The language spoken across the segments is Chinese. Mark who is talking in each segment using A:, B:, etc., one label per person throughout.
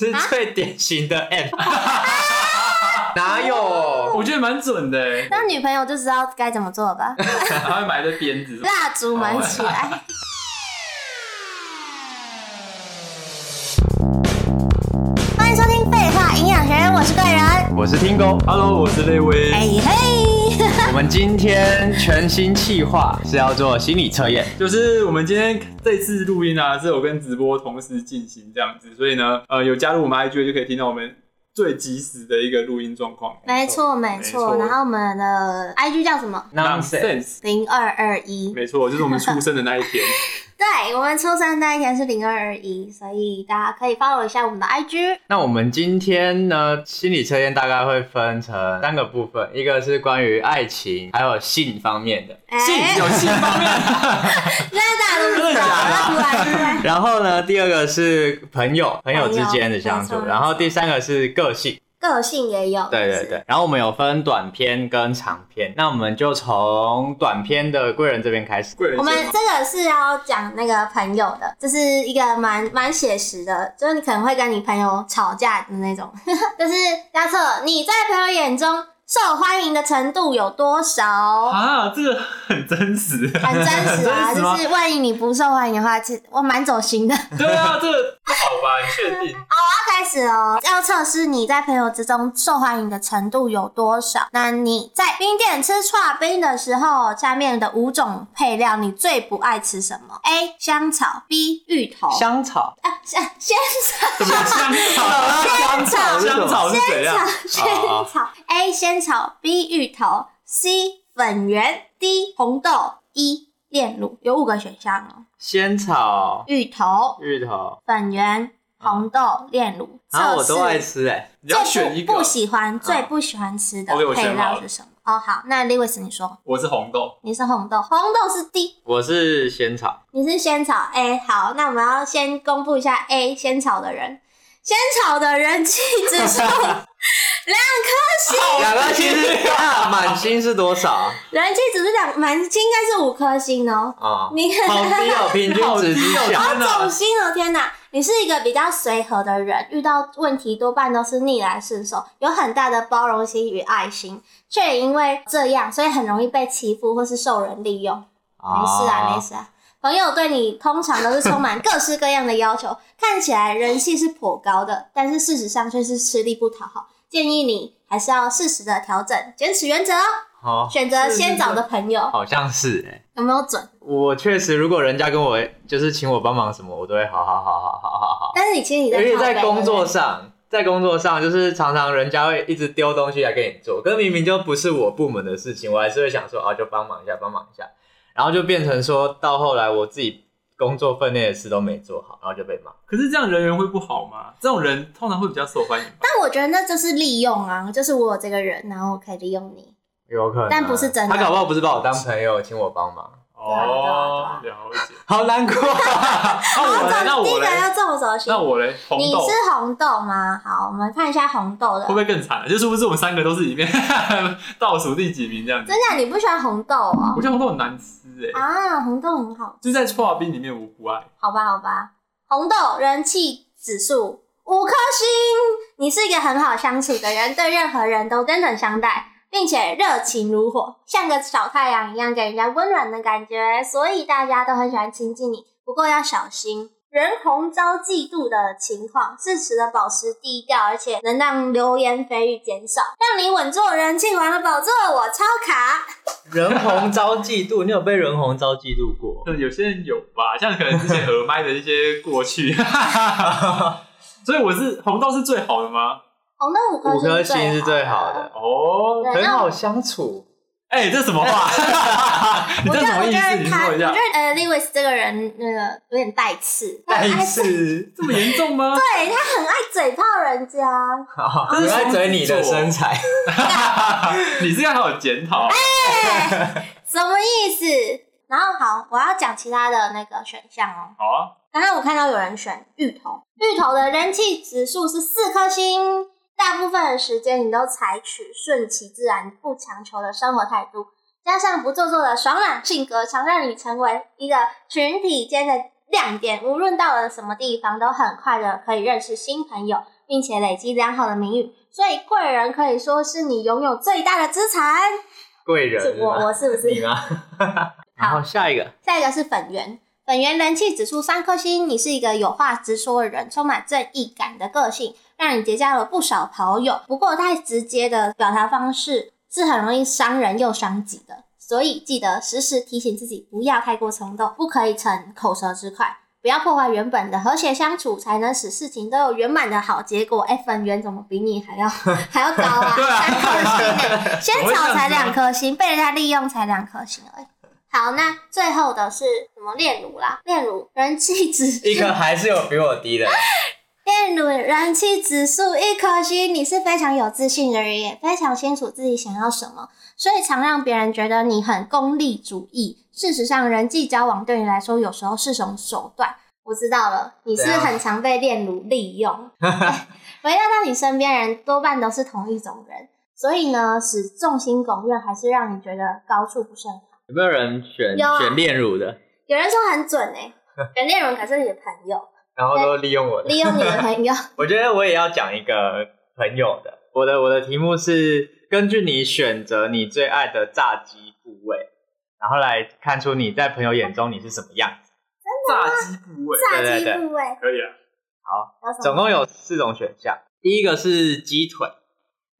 A: 是
B: 啊
A: 最典型 的 M，、哪有？
C: 我觉得蛮准的欸，
B: 那女朋友就知道该怎么做了吧？
C: 还会买的鞭子。
B: 蜡烛买起来。 欢迎收听《废话营养学人》，我是贵人。
A: 我是听工，
C: Hello，我是雷威。
B: 哎嘿，
A: 我们今天全新企划是要做心理测验，
C: 就是我们今天这次录音啊，是有跟直播同时进行这样子，所以呢，呃，有加入我们 IG 的就可以听到我们最及时的一个录音状况。
B: 没错没错。然后我们的 IG 叫什么？
A: Nonsense
C: ，nonsense，
B: 零二二一。
C: 没错，就是我们出生的那一 天。
B: 对，我们出生那一天是零二二一，所以大家可以 follow 一下我们的 IG。
A: 那我们今天呢，心理测验大概会分成三个部分，一个是关于爱情，还有性方面的。
B: 哎
C: 性 有性方面，
B: 现在大家都知道了，突然之间。
A: 然后呢，第二个是朋友，朋友之间的相
B: 朋
A: 处。
B: 友没错
A: 然后第三个是个性，
B: 个性也有，
A: 对对对。然后我们有分短篇跟长篇，那我们就从短篇的贵人这边开始。
C: 贵人
B: 我们
C: 先
B: 这个是要讲那个朋友的，这是一个蛮蛮写实的，就是你可能会跟你朋友吵架的那种， 就是要测你在朋友眼中受欢迎的程度有多少。
C: 啊，这个很真实。
B: 很真实啊，
C: 很真实
B: 就
C: 吗
B: 是万一你不受欢迎的话，其实我蛮走 心的。
C: 对啊，这个不好吧？你确定？
B: 开始哦，要测试你在朋友之中受欢迎的程度有多少。那你在冰店吃串冰的时候，下面的五种配料你最不爱吃什么？A. 香草 B. 芋头
A: 香草，
B: 啊，香仙 草，
C: 怎么香草？
B: 啊
A: 香
B: 草
C: 香草是啊怎样？
B: 仙草，仙草 A. 仙草 B. 芋头 C. 粉圆 D. 红豆 E. 炼乳，有五个选项哦。
A: 仙草、
B: 芋头、
A: 芋头，
B: 粉圆、红豆、炼乳。
A: 啊，
B: 测
A: 我
B: 试
A: 都爱吃哎。
C: 你要选一
B: 最不
C: 个啊
B: 不。喜欢、最不喜欢吃的
C: OK，我
B: 配
C: 选好
B: 料
C: 了
B: 是什么？哦，好，那 Lewis 你说，
C: 我是红豆，
B: 你是红豆，红豆是 D，
A: 我是仙草，
B: 你是仙草 A。好，那我们要先公布一下 A 仙草的人，仙草的人气指数两颗星，
A: 两个星是啊，满星是多少啊？
B: 人气只是两满星应该是五颗星哦。
A: 啊好
B: 你
A: 低哦，平均值之
C: 好
A: 下。
C: 真低的
B: 好走心哦！天哪，你是一个比较随和的人，遇到问题多半都是逆来顺受，有很大的包容心与爱心，却也因为这样，所以很容易被欺负或是受人利用。没事啊，没事啊。朋友对你通常都是充满各式各样的要求，看起来人气是颇高的，但是事实上却是吃力不讨好。建议你还是要适时的调整，坚持原则哦，
A: 好，
B: 选择先找的朋友，
A: 好像是哎。
B: 有没有准？
A: 我确实，如果人家跟我就是请我帮忙什么，我都会好好好好好好好。
B: 但是你其实你在
A: 尤其在
B: 靠背
A: 工
B: 对不
A: 作
B: 对
A: 上，在工作上就是常常人家会一直丢东西来给你做，可是明明就不是我部门的事情，我还是会想说啊，就帮忙一下，帮忙一下，然后就变成说到后来我自己工作分内的事都没做好，然后就被骂。
C: 可是这样人缘会不好吗？这种人通常会比较受欢迎吧。
B: 但我觉得那就是利用啊，就是我有这个人，然后我可以利用你。
A: 有可能，啊
B: 但不是真的
A: 他搞不好不是把我当朋友，请我帮忙，
B: 啊
C: 哦，了解。
A: 好难 过。
C: 那我嘞？那
B: 第
C: 我
B: 一个要
C: 嘞？
B: 众所周
C: 那我嘞？红
B: 你
C: 豆会
B: 是红豆吗？好，我们看一下红豆的
C: 不。会更惨？就是不是我们三个都是里面 倒数第几名这样子
B: 真？的，你不喜欢红豆哦
C: 我？觉得红豆很难吃哎，
B: 啊，红豆很好，
C: 就是在搓冰里面我不爱。
B: 好吧，好吧。红豆人气指数五颗星，你是一个很好相处的人，对任何人都真诚相待，并且热情如火，像个小太阳一样给人家温暖的感觉，所以大家都很喜欢亲近你。不过要小心。人红招嫉妒的情况，适时的保持低调，而且能让流言蜚语减少，让你稳坐人气王的宝座。我超卡，
A: 人红招嫉妒，你有被人红招嫉妒过？
C: 嗯，有些人有吧，像可能之前耳麦的一些过去。 所以我是红豆是最好的吗？
B: 红豆五颗
A: 五颗
B: 星
A: 星
B: 是
A: 是最好
B: 的。
A: 的，
C: 哦，
B: 对
A: 很
B: 那
A: 好
B: 我
A: 相处。
C: 哎，这什么 话？你
B: 我
C: 这
B: 觉
C: 什
B: 得，
C: 么
B: 我
C: 意
B: 觉
C: 思？
B: 得
C: 你
B: 他，
C: 说
B: 我
C: 一
B: 觉
C: 下。
B: 得呃，Lewis 这个人那个有点带刺，他很爱
A: 但
B: 嘴
A: 是
C: 这么严重吗？
B: 对他很爱嘴炮人家。
A: 好，
C: 但
A: 我
C: 是
A: 在嘴你的
C: 双子座
A: 身材，
B: 啊
C: 你这样还有检
B: 哎
C: 讨？
B: 什么意思？然后好，我要讲其他的那个选项哦。
C: 好啊，
B: 刚刚我看到有人选芋头，芋头的人气指数是四颗星。大部分的时间你都采取顺其自然、不强求的生活态度，加上不做作的爽朗性格，常让你成为一个群体间的亮点，无论到了什么地方，都很快的可以认识新朋友，并且累积良好的名誉。所以贵人可以说是你拥有最大的资产。
A: 贵人啊
B: 是
A: 是
B: 我
A: 吗
B: 我是不
A: 你
B: 是？
A: 吗？ 然后下一个，
B: 下一个是粉圆，粉圆人气指数三颗星，你是一个有话直说的人，充满正义感的个性，让你结交了不少好友。不过太直接的表达方式是很容易伤人又伤己的，所以记得时时提醒自己不要太过冲动，不可以逞口舌之快。不要破坏原本的和谐相处，才能使事情都有圆满的好结果。哎、粉圆怎么比你还要还要 高啊？
C: 对啊
B: 三颗星哎、仙
A: 怎么会这样
B: 草
A: 子啊
B: 才
A: 呢
B: 两颗星，被人家利用才两颗星而已。好，那最后的是什么炼乳啦？炼乳人气指数，
A: 一颗还是有比我低的，
B: 炼乳人气指数一颗星，你是非常有自信的人，也非常清楚自己想要什么，所以常让别人觉得你很功利主义。事实上，人际交往对你来说有时候是种手段。我知道了，你是
A: 怎样
B: 很常被炼乳利用。哎围绕到你身边的人多半都是同一种人，所以呢，使众星拱月还是让你觉得高处不胜寒。
A: 有没有人选
B: 有啊
A: 选炼乳的？
B: 有人说很 准哎、欸，原恋人可是你的朋友，
A: 然后都利用我的
B: 利用你的朋友，
A: 我觉得我也要讲一个朋友的，我的我的题目是根据你选择你最爱的炸鸡部位，然后来看出你在朋友眼中你是什么样子。
C: 炸鸡部位
B: 炸
A: 对
B: 鸡
A: 对
B: 部位
C: 可以啊，
B: 有什
A: 总
B: 么？
A: 共有四种选项，第一个是鸡腿，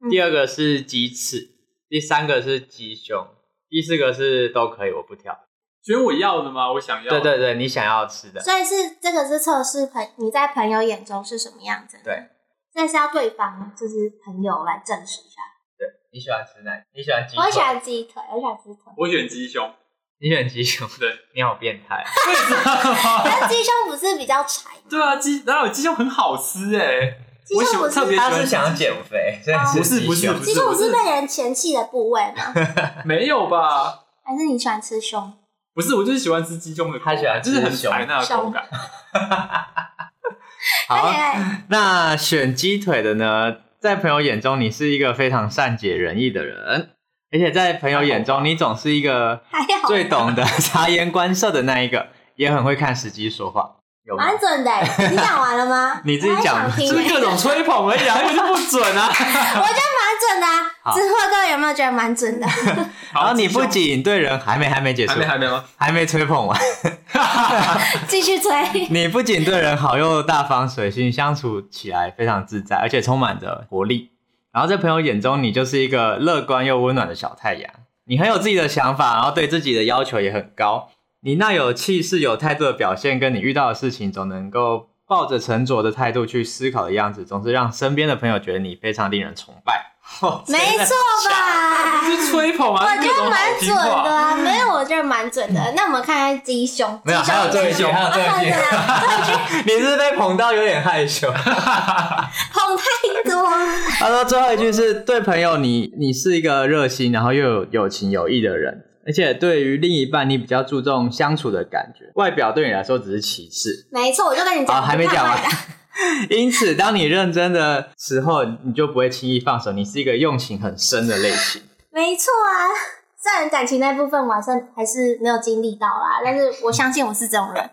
B: 嗯
A: 第二个是鸡翅，第三个是鸡胸，第四个是都可以，我不挑。
C: 选我要的吗？我想要。
A: 对。对对，你想要吃的，
B: 所以是这个是测试朋你在朋友眼中是什么样子？
A: 对，
B: 这是要对方就是朋友来证实一下。
A: 对，你喜欢吃哪？你喜欢鸡腿？
B: 我喜欢鸡腿，我喜欢鸡 腿。
C: 我选鸡胸，
A: 你选鸡胸，
C: 对，
A: 你好变 态。
C: 为什么？
B: 但鸡胸不是比较柴吗？
C: 对啊，鸡哪有鸡胸很好吃哎、
B: 鸡胸
C: 我喜
B: 不
C: 欢
B: 是
C: 特别喜
A: 他
C: 欢
A: 是想减肥，所以
B: 哦
C: 不是不
A: 鸡
C: 是
A: 胸
C: 不
B: 鸡
C: 是
B: 胸不
C: 不
B: 是
C: 是
B: 被人嫌弃的部位 吗？
C: 没有吧？
B: 还是你喜欢吃胸？
C: 不是，我就是喜欢吃鸡胸的口
A: 他喜欢
C: 感，
A: 吃
C: 就是很柴那的口感。
A: 好，啊
B: 哎
A: 那选鸡腿的呢，在朋友眼中，你是一个非常善解人意的人，而且在朋友眼中，你总是一个
B: 哎还好，
A: 最懂得察言观色的那一个，也很会看时机说话，有吗？？
B: 蛮准的欸。你讲完了吗
A: 你自己讲
B: 我还想
C: 就
B: 听
C: 是
B: 欸
C: 各种吹捧而已啊，根本就不准啊。
B: 我觉得蛮准的啊。
A: 好
B: 知货哥有没有觉得 蛮准的？
A: 然后你
C: 鸡胸
A: 不仅对人还没还没结束，
C: 还没还没吗？
A: 还没吹捧完，
B: 继续吹。
A: 你不仅对人好，又大方随性，相处起来非常自在，而且充满着活力。然后在朋友眼中，你就是一个乐观又温暖的小太阳。你很有自己的想法，然后对自己的要求也很高。你那有气势、有态度的表现，跟你遇到的事情总能够抱着沉着的态度去思考的样子，总是让身边的朋友觉得你非常令人崇拜。 哦
B: 没错吧？
C: 就是吹捧啊，
B: 我觉
C: 各
B: 得
C: 种
B: 蛮
C: 好
B: 准
C: 听话
B: 的。啊，没有，我觉得蛮准的。那我们看看鸡胸，
A: 没有，
B: 鸡胸
A: 还有这一句，还
B: 啊
A: 有这一句，你是不是被捧到有点害羞。
B: 捧太多，
A: 他说最后一句是对朋友你，你是一个热心，然后又有有情有义的人，而且对于另一半，你比较注重相处的感觉，外表对你来说只是其次。
B: 没错，我就跟你
A: 好，
B: 讲，
A: 啊还没讲完
B: 我看外表。
A: 因此，当你认真的时候，你就不会轻易放手，你是一个用情很深的类型。
B: 没错啊。虽然感情那部分我还是还是没有经历到啦，但是我相信我是这种人。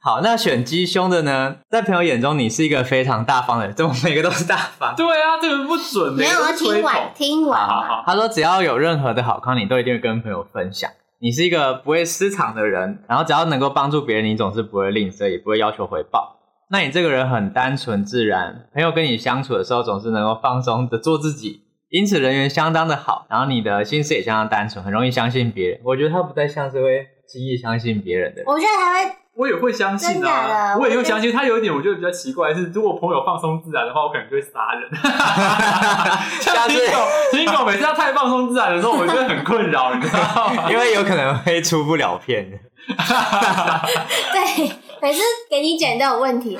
A: 好，那选鸡胸的呢，在朋友眼中，你是一个非常大方的人，怎么每个都是大方？
C: 对啊，这个不准的，
B: 没有，
C: 都
B: 我
C: 是吹
B: 听完
C: 捧。
B: 听完
C: 好好
B: 嘛，
C: 好，
A: 他说只要有任何的好康，你都一定会跟朋友分享。你是一个不会私藏的人，然后只要能够帮助别人，你总是不会吝啬，也不会要求回报。那你这个人很单纯自然，朋友跟你相处的时候总是能够放松的做自己，因此人缘相当的好。然后你的心思也相当单纯，很容易相信别人。我觉得他不太像是会轻易相信别人的人。
B: 我觉得还会
C: 我也会相信
B: 真的假
C: 啊，
B: 的
C: 我也会相信。他有一点我觉得比较奇怪是，如果朋友放松自然的话，我可能就会杀人。
A: 下
C: 像
A: 次
C: 听狗，听狗每次他太放松自然的时候，我就会很困扰，你知道吗？
A: 因为有可能会出不了片的。
B: 对，每次给你剪都有问题。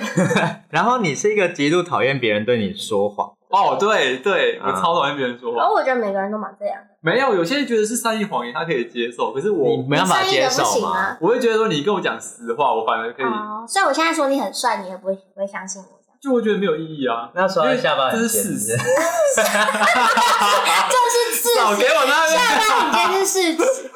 A: 然后你是一个极度讨厌别人对你说谎，
C: 哦，对对，我
A: 嗯
C: 超讨厌别人说
B: 然
C: 话。
B: 哦后我觉得每个人都蛮这样，
C: 没有，有些人觉得是善意谎言，他可以接受，可是
A: 你
C: 我
A: 没办法
B: 善意
A: 接
B: 的不
A: 受
B: 行
A: 吗？
B: 啊。
C: 我会觉得说你跟我讲实话，我反而可以。
B: 哦，所以我现在说你很帅，你也不会不会相信我这样。
C: 就我觉得没有意义啊。
A: 那刷
C: 因
A: 在
C: 为
A: 下巴
C: 这
A: 很尖
C: 是事实，
B: 这是啊
A: 少
B: 事
A: 给
B: 实。
A: 我那 边。
B: 下半你真是事实，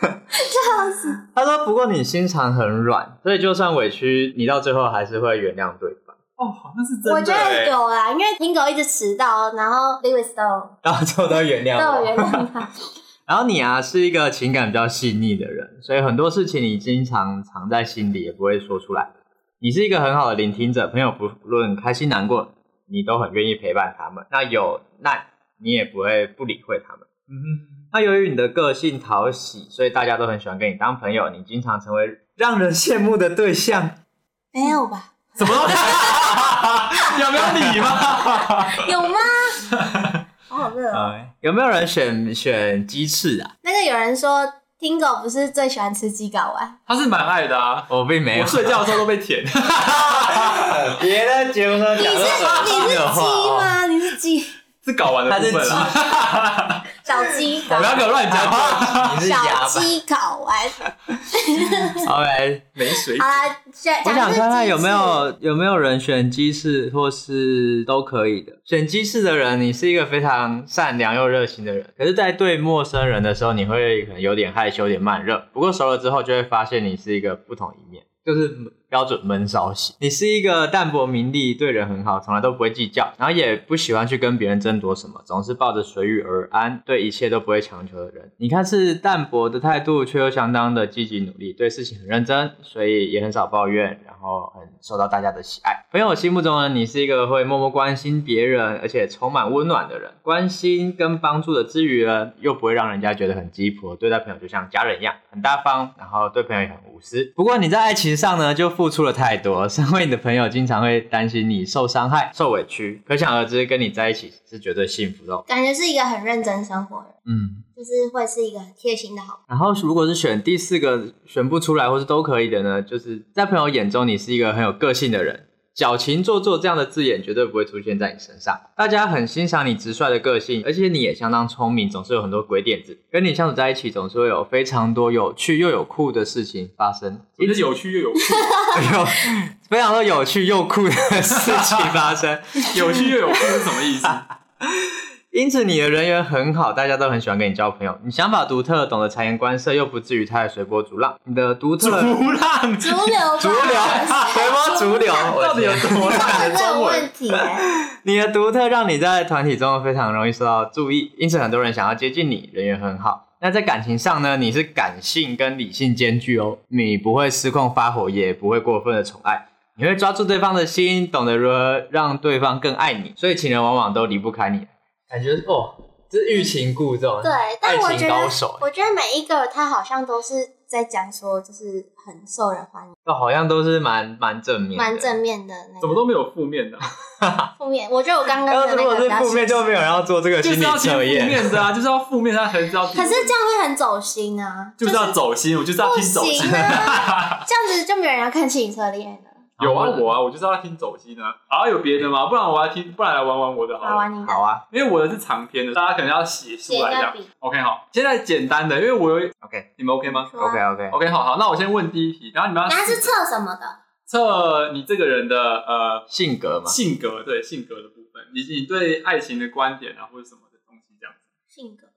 B: 笑死！
A: 他说：“不过你心肠很软，所以就算委屈，你到最后还是会原谅对方。
C: 哦，好像是真的、欸。
B: 我觉得有啦，因为 Tingo 一直迟到，然后 Lewis 都
A: 到最后都原谅
B: 都有
A: 我。
B: 原谅他。
A: 然后你啊，是一个情感比较细腻的人，所以很多事情你经常藏在心里，也不会说出来。你是一个很好的聆听者，朋友不论开心难过，你都很愿意陪伴他们。那有难，你也不会不理会他们。”
C: 嗯
A: 那由于你的个性讨喜，所以大家都很喜欢跟你当朋友，你经常成为让人羡慕的对象。
B: 没有吧？
C: 哼，怎么了？ 有没有理嘛？
B: 有吗？我好热
C: 啊
B: 哦。
A: 哎，有没有人选选鸡翅啊？
B: 那个有人说 Tingo 不是最喜欢吃鸡睾丸，
C: 他是蛮爱的啊，
A: 我并哦没有
C: 我。睡觉的时候都被舔。
A: 别在节目上
B: 你是你是鸡？吗？你是鸡，
C: 是睾丸的
A: 他
C: 部
A: 是
C: 分啊，
A: 鸡，
B: 小鸡
C: 不要
B: 睾，
C: 给我乱讲话，
A: 哦你是鸭
B: 小
A: 吧
B: 鸡睾丸。
A: ？OK，
C: 没水
B: 好
C: 准。
B: 啦，讲
A: 我
B: 讲
A: 想
B: 是
A: 看看
B: 鸡
A: 有没
B: 翅
A: 有有没有人选鸡翅，或是都可以的。选鸡翅的人，你是一个非常善良又热情的人，可是，在对陌生人的时候，你会可能有点害羞、有点慢热。不过熟了之后，就会发现你是一个不同一面，就是标准闷骚型。你是一个淡泊名利、对人很好，从来都不会计较，然后也不喜欢去跟别人争夺什么，总是抱着随遇而安，对一切都不会强求的人。你看似淡泊的态度，却又相当的积极努力，对事情很认真，所以也很少抱怨，然后很受到大家的喜爱。朋友心目中呢，你是一个会默默关心别人，而且充满温暖的人。关心跟帮助的之余呢，又不会让人家觉得很鸡婆，对待朋友就像家人一样，很大方，然后对朋友也很无私。不过你在爱情上呢，就付出了太多。身为你的朋友，经常会担心你受伤害、受委屈，可想而知，跟你在一起是绝对幸福的哦。
B: 感觉是一个很认真生活的人，
A: 嗯，
B: 就是会是一个很贴心的好朋友。
A: 然后如果是选第四个选不出来或是都可以的呢，就是在朋友眼中你是一个很有个性的人。矫情做作这样的字眼绝对不会出现在你身上。大家很欣赏你直率的个性，而且你也相当聪明，总是有很多鬼点子。跟你相处在一起，总是会有非常多有趣又有酷的事情发生，
C: 我觉得有趣又 有酷，
A: 有非常多有趣又酷的事情发生。
C: 有趣又有酷是什么意思？
A: 因此，你的人缘很好，大家都很喜欢跟你交朋友。你想法独特，懂得察言观色，又不至于太随波逐浪。你的独特
C: 不浪，
B: 足流吧，
A: 足流，回波 足流，
C: 到底有多
B: 这
C: 烂？
B: 个
C: 中文
B: 问题欸，
A: 你的独特让你在团体中非常容易受到注意，因此很多人想要接近你，人缘很好。那在感情上呢，你是感性跟理性兼具哦，你不会失控发火，也不会过分的宠爱，你会抓住对方的心，懂得如何让对方更爱你，所以情人往往都离不开你。感觉哦，这欲擒故纵，
B: 对，但我
A: 爱
B: 觉
A: 情高手
B: 得，我觉得每一个他好像都是在讲说，就是很受人欢迎，
A: 都哦好像都是蛮蛮正面的，
B: 蛮正面的那
C: 怎么
B: 个
C: 都没有负面的啊，
B: 负面。我觉得我刚刚
A: 要
B: 的
A: 是
B: 那
A: 如果
B: 个比
A: 是
B: 较
A: 负面，就没有人要做这个
C: 就
A: 心
C: 是
A: 理
C: 要先
A: 测
C: 负
A: 验。
C: 面 的啊，就是要负面，他才知道。
B: 可是这，样会很走心啊，
C: 就是要走心，我就是要
B: 不
C: 听走心
B: 行。啊，这样子就没有人要看情色恋了。
C: 有啊，我啊，我就是要听走心啊。啊，有别的吗？不然我要听，不然来玩玩我的好
B: 好
C: 了。
B: 玩你的
A: 好啊
C: 因为我的是长篇的，大家可能要写
B: 写
C: 出来这
B: 个
C: 样。
B: 笔，
C: OK，好，现在简单的，因为我有
A: ，OK
C: 你们 OK 吗
B: 说
A: OK
B: 啊
A: OK，
C: ？OK，好好，那我先问第一题，然后你们要
B: 你还是
C: 试
B: 测什么的？
C: 测你这个人的呃
A: 性格嘛，
C: 性格，对性格的部分，以及你对爱情的观点啊，或者什么的东西这样子。
B: 性格，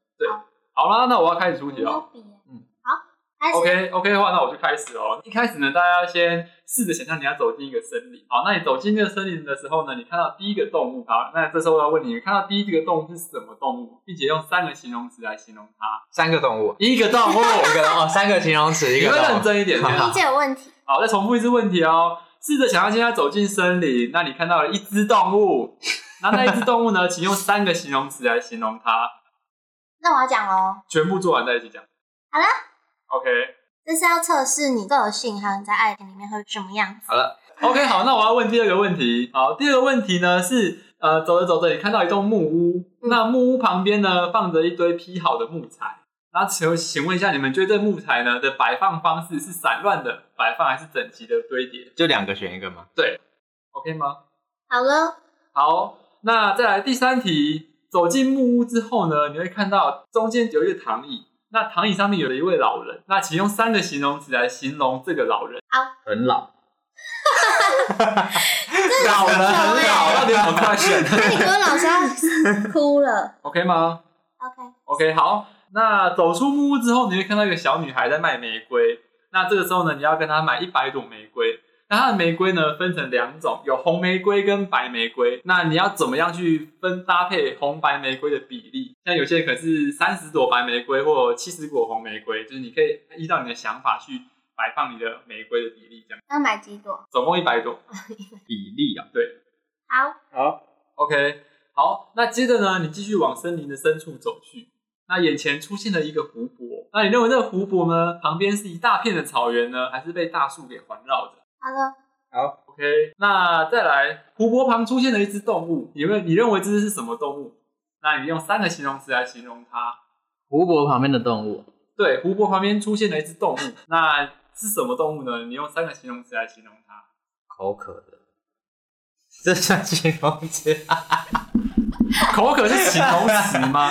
C: 好啦，那我要开始出
B: 我没
C: 题
B: 有
C: 了。
B: 笔欸。
A: 嗯
B: 好，开始。
C: OK OK 的话，那我就开始哦。一开始呢，大家要先试着想象你要走进一个森林。好，那你走进这个森林的时候呢，你看到第一个动物，好，那这时候我要问你，你看到第一个动物是什么动物，并且用三个形容词来形容它。
A: 三个动物，
C: 一个动物，
A: 一个哦，三个形容词，一
C: 你
A: 个
C: 会
A: 动
C: 认
A: 物。
C: 真一点。
A: 好
B: 理解有问题，
C: 好，再重复一次问题哦。试着想象现在走进森林，那你看到了一只动物，那那一只动物呢，请用三个形容词来形容它，
B: 那我要讲喽。
C: 全部做完再一起讲。
B: 好啦
C: OK
B: 这是要测试你个性，还有你在爱情里面会是什么样子。
A: 好了，
C: OK，好，那我要问第二个问题。好，第二个问题呢是，呃，走着走着，你看到一栋木屋，
B: 嗯
C: 那木屋旁边呢放着一堆劈好的木材。那请请问一下，你们觉得这木材呢的摆放方式是散乱的摆放，还是整齐的堆叠
A: 就两个选一个嘛。
C: ？OK 吗？
B: 好了，
C: 好，那再来第三题，走进木屋之后呢，你会看到中间有一个躺椅，那躺椅上面有了一位老人，那请用三个形容词来形容这个老人。
A: 很老，
C: 老了很老，到底怎么快选
B: 那你国文老师要哭了。
C: ？OK 吗
B: OK，
C: ？OK，好。那走出木屋之后，你会看到一个小女孩在卖玫瑰。那这个时候呢，你要跟她买一百朵玫瑰。那它的玫瑰呢，分成两种，有红玫瑰跟白玫瑰。那你要怎么样去分搭配红白玫瑰的比例？像有些可是三十朵白玫瑰或七十朵红玫瑰，就是你可以依照你的想法去摆放你的玫瑰的比例，这样
B: 要买几朵？
C: 总共一百朵比例啊，对。
B: 好，
C: 好，OK，好，那接着呢，你继续往森林的深处走去。那眼前出现了一个湖泊，那你认为这个湖泊呢，旁边是一大片的草原呢，还是被大树给环绕着
B: 好了，
C: ？OK，那再来，湖泊旁出现了一只动物，你认你认为这是什么动物？那你用三个形容词来形容它。
D: 湖泊旁边的动物，
C: 对，湖泊旁边出现了一只动物，那是什么动物呢？你用三个形容词来形容它。
A: 口渴的，这算形容词啊？
C: 口渴是形容词吗？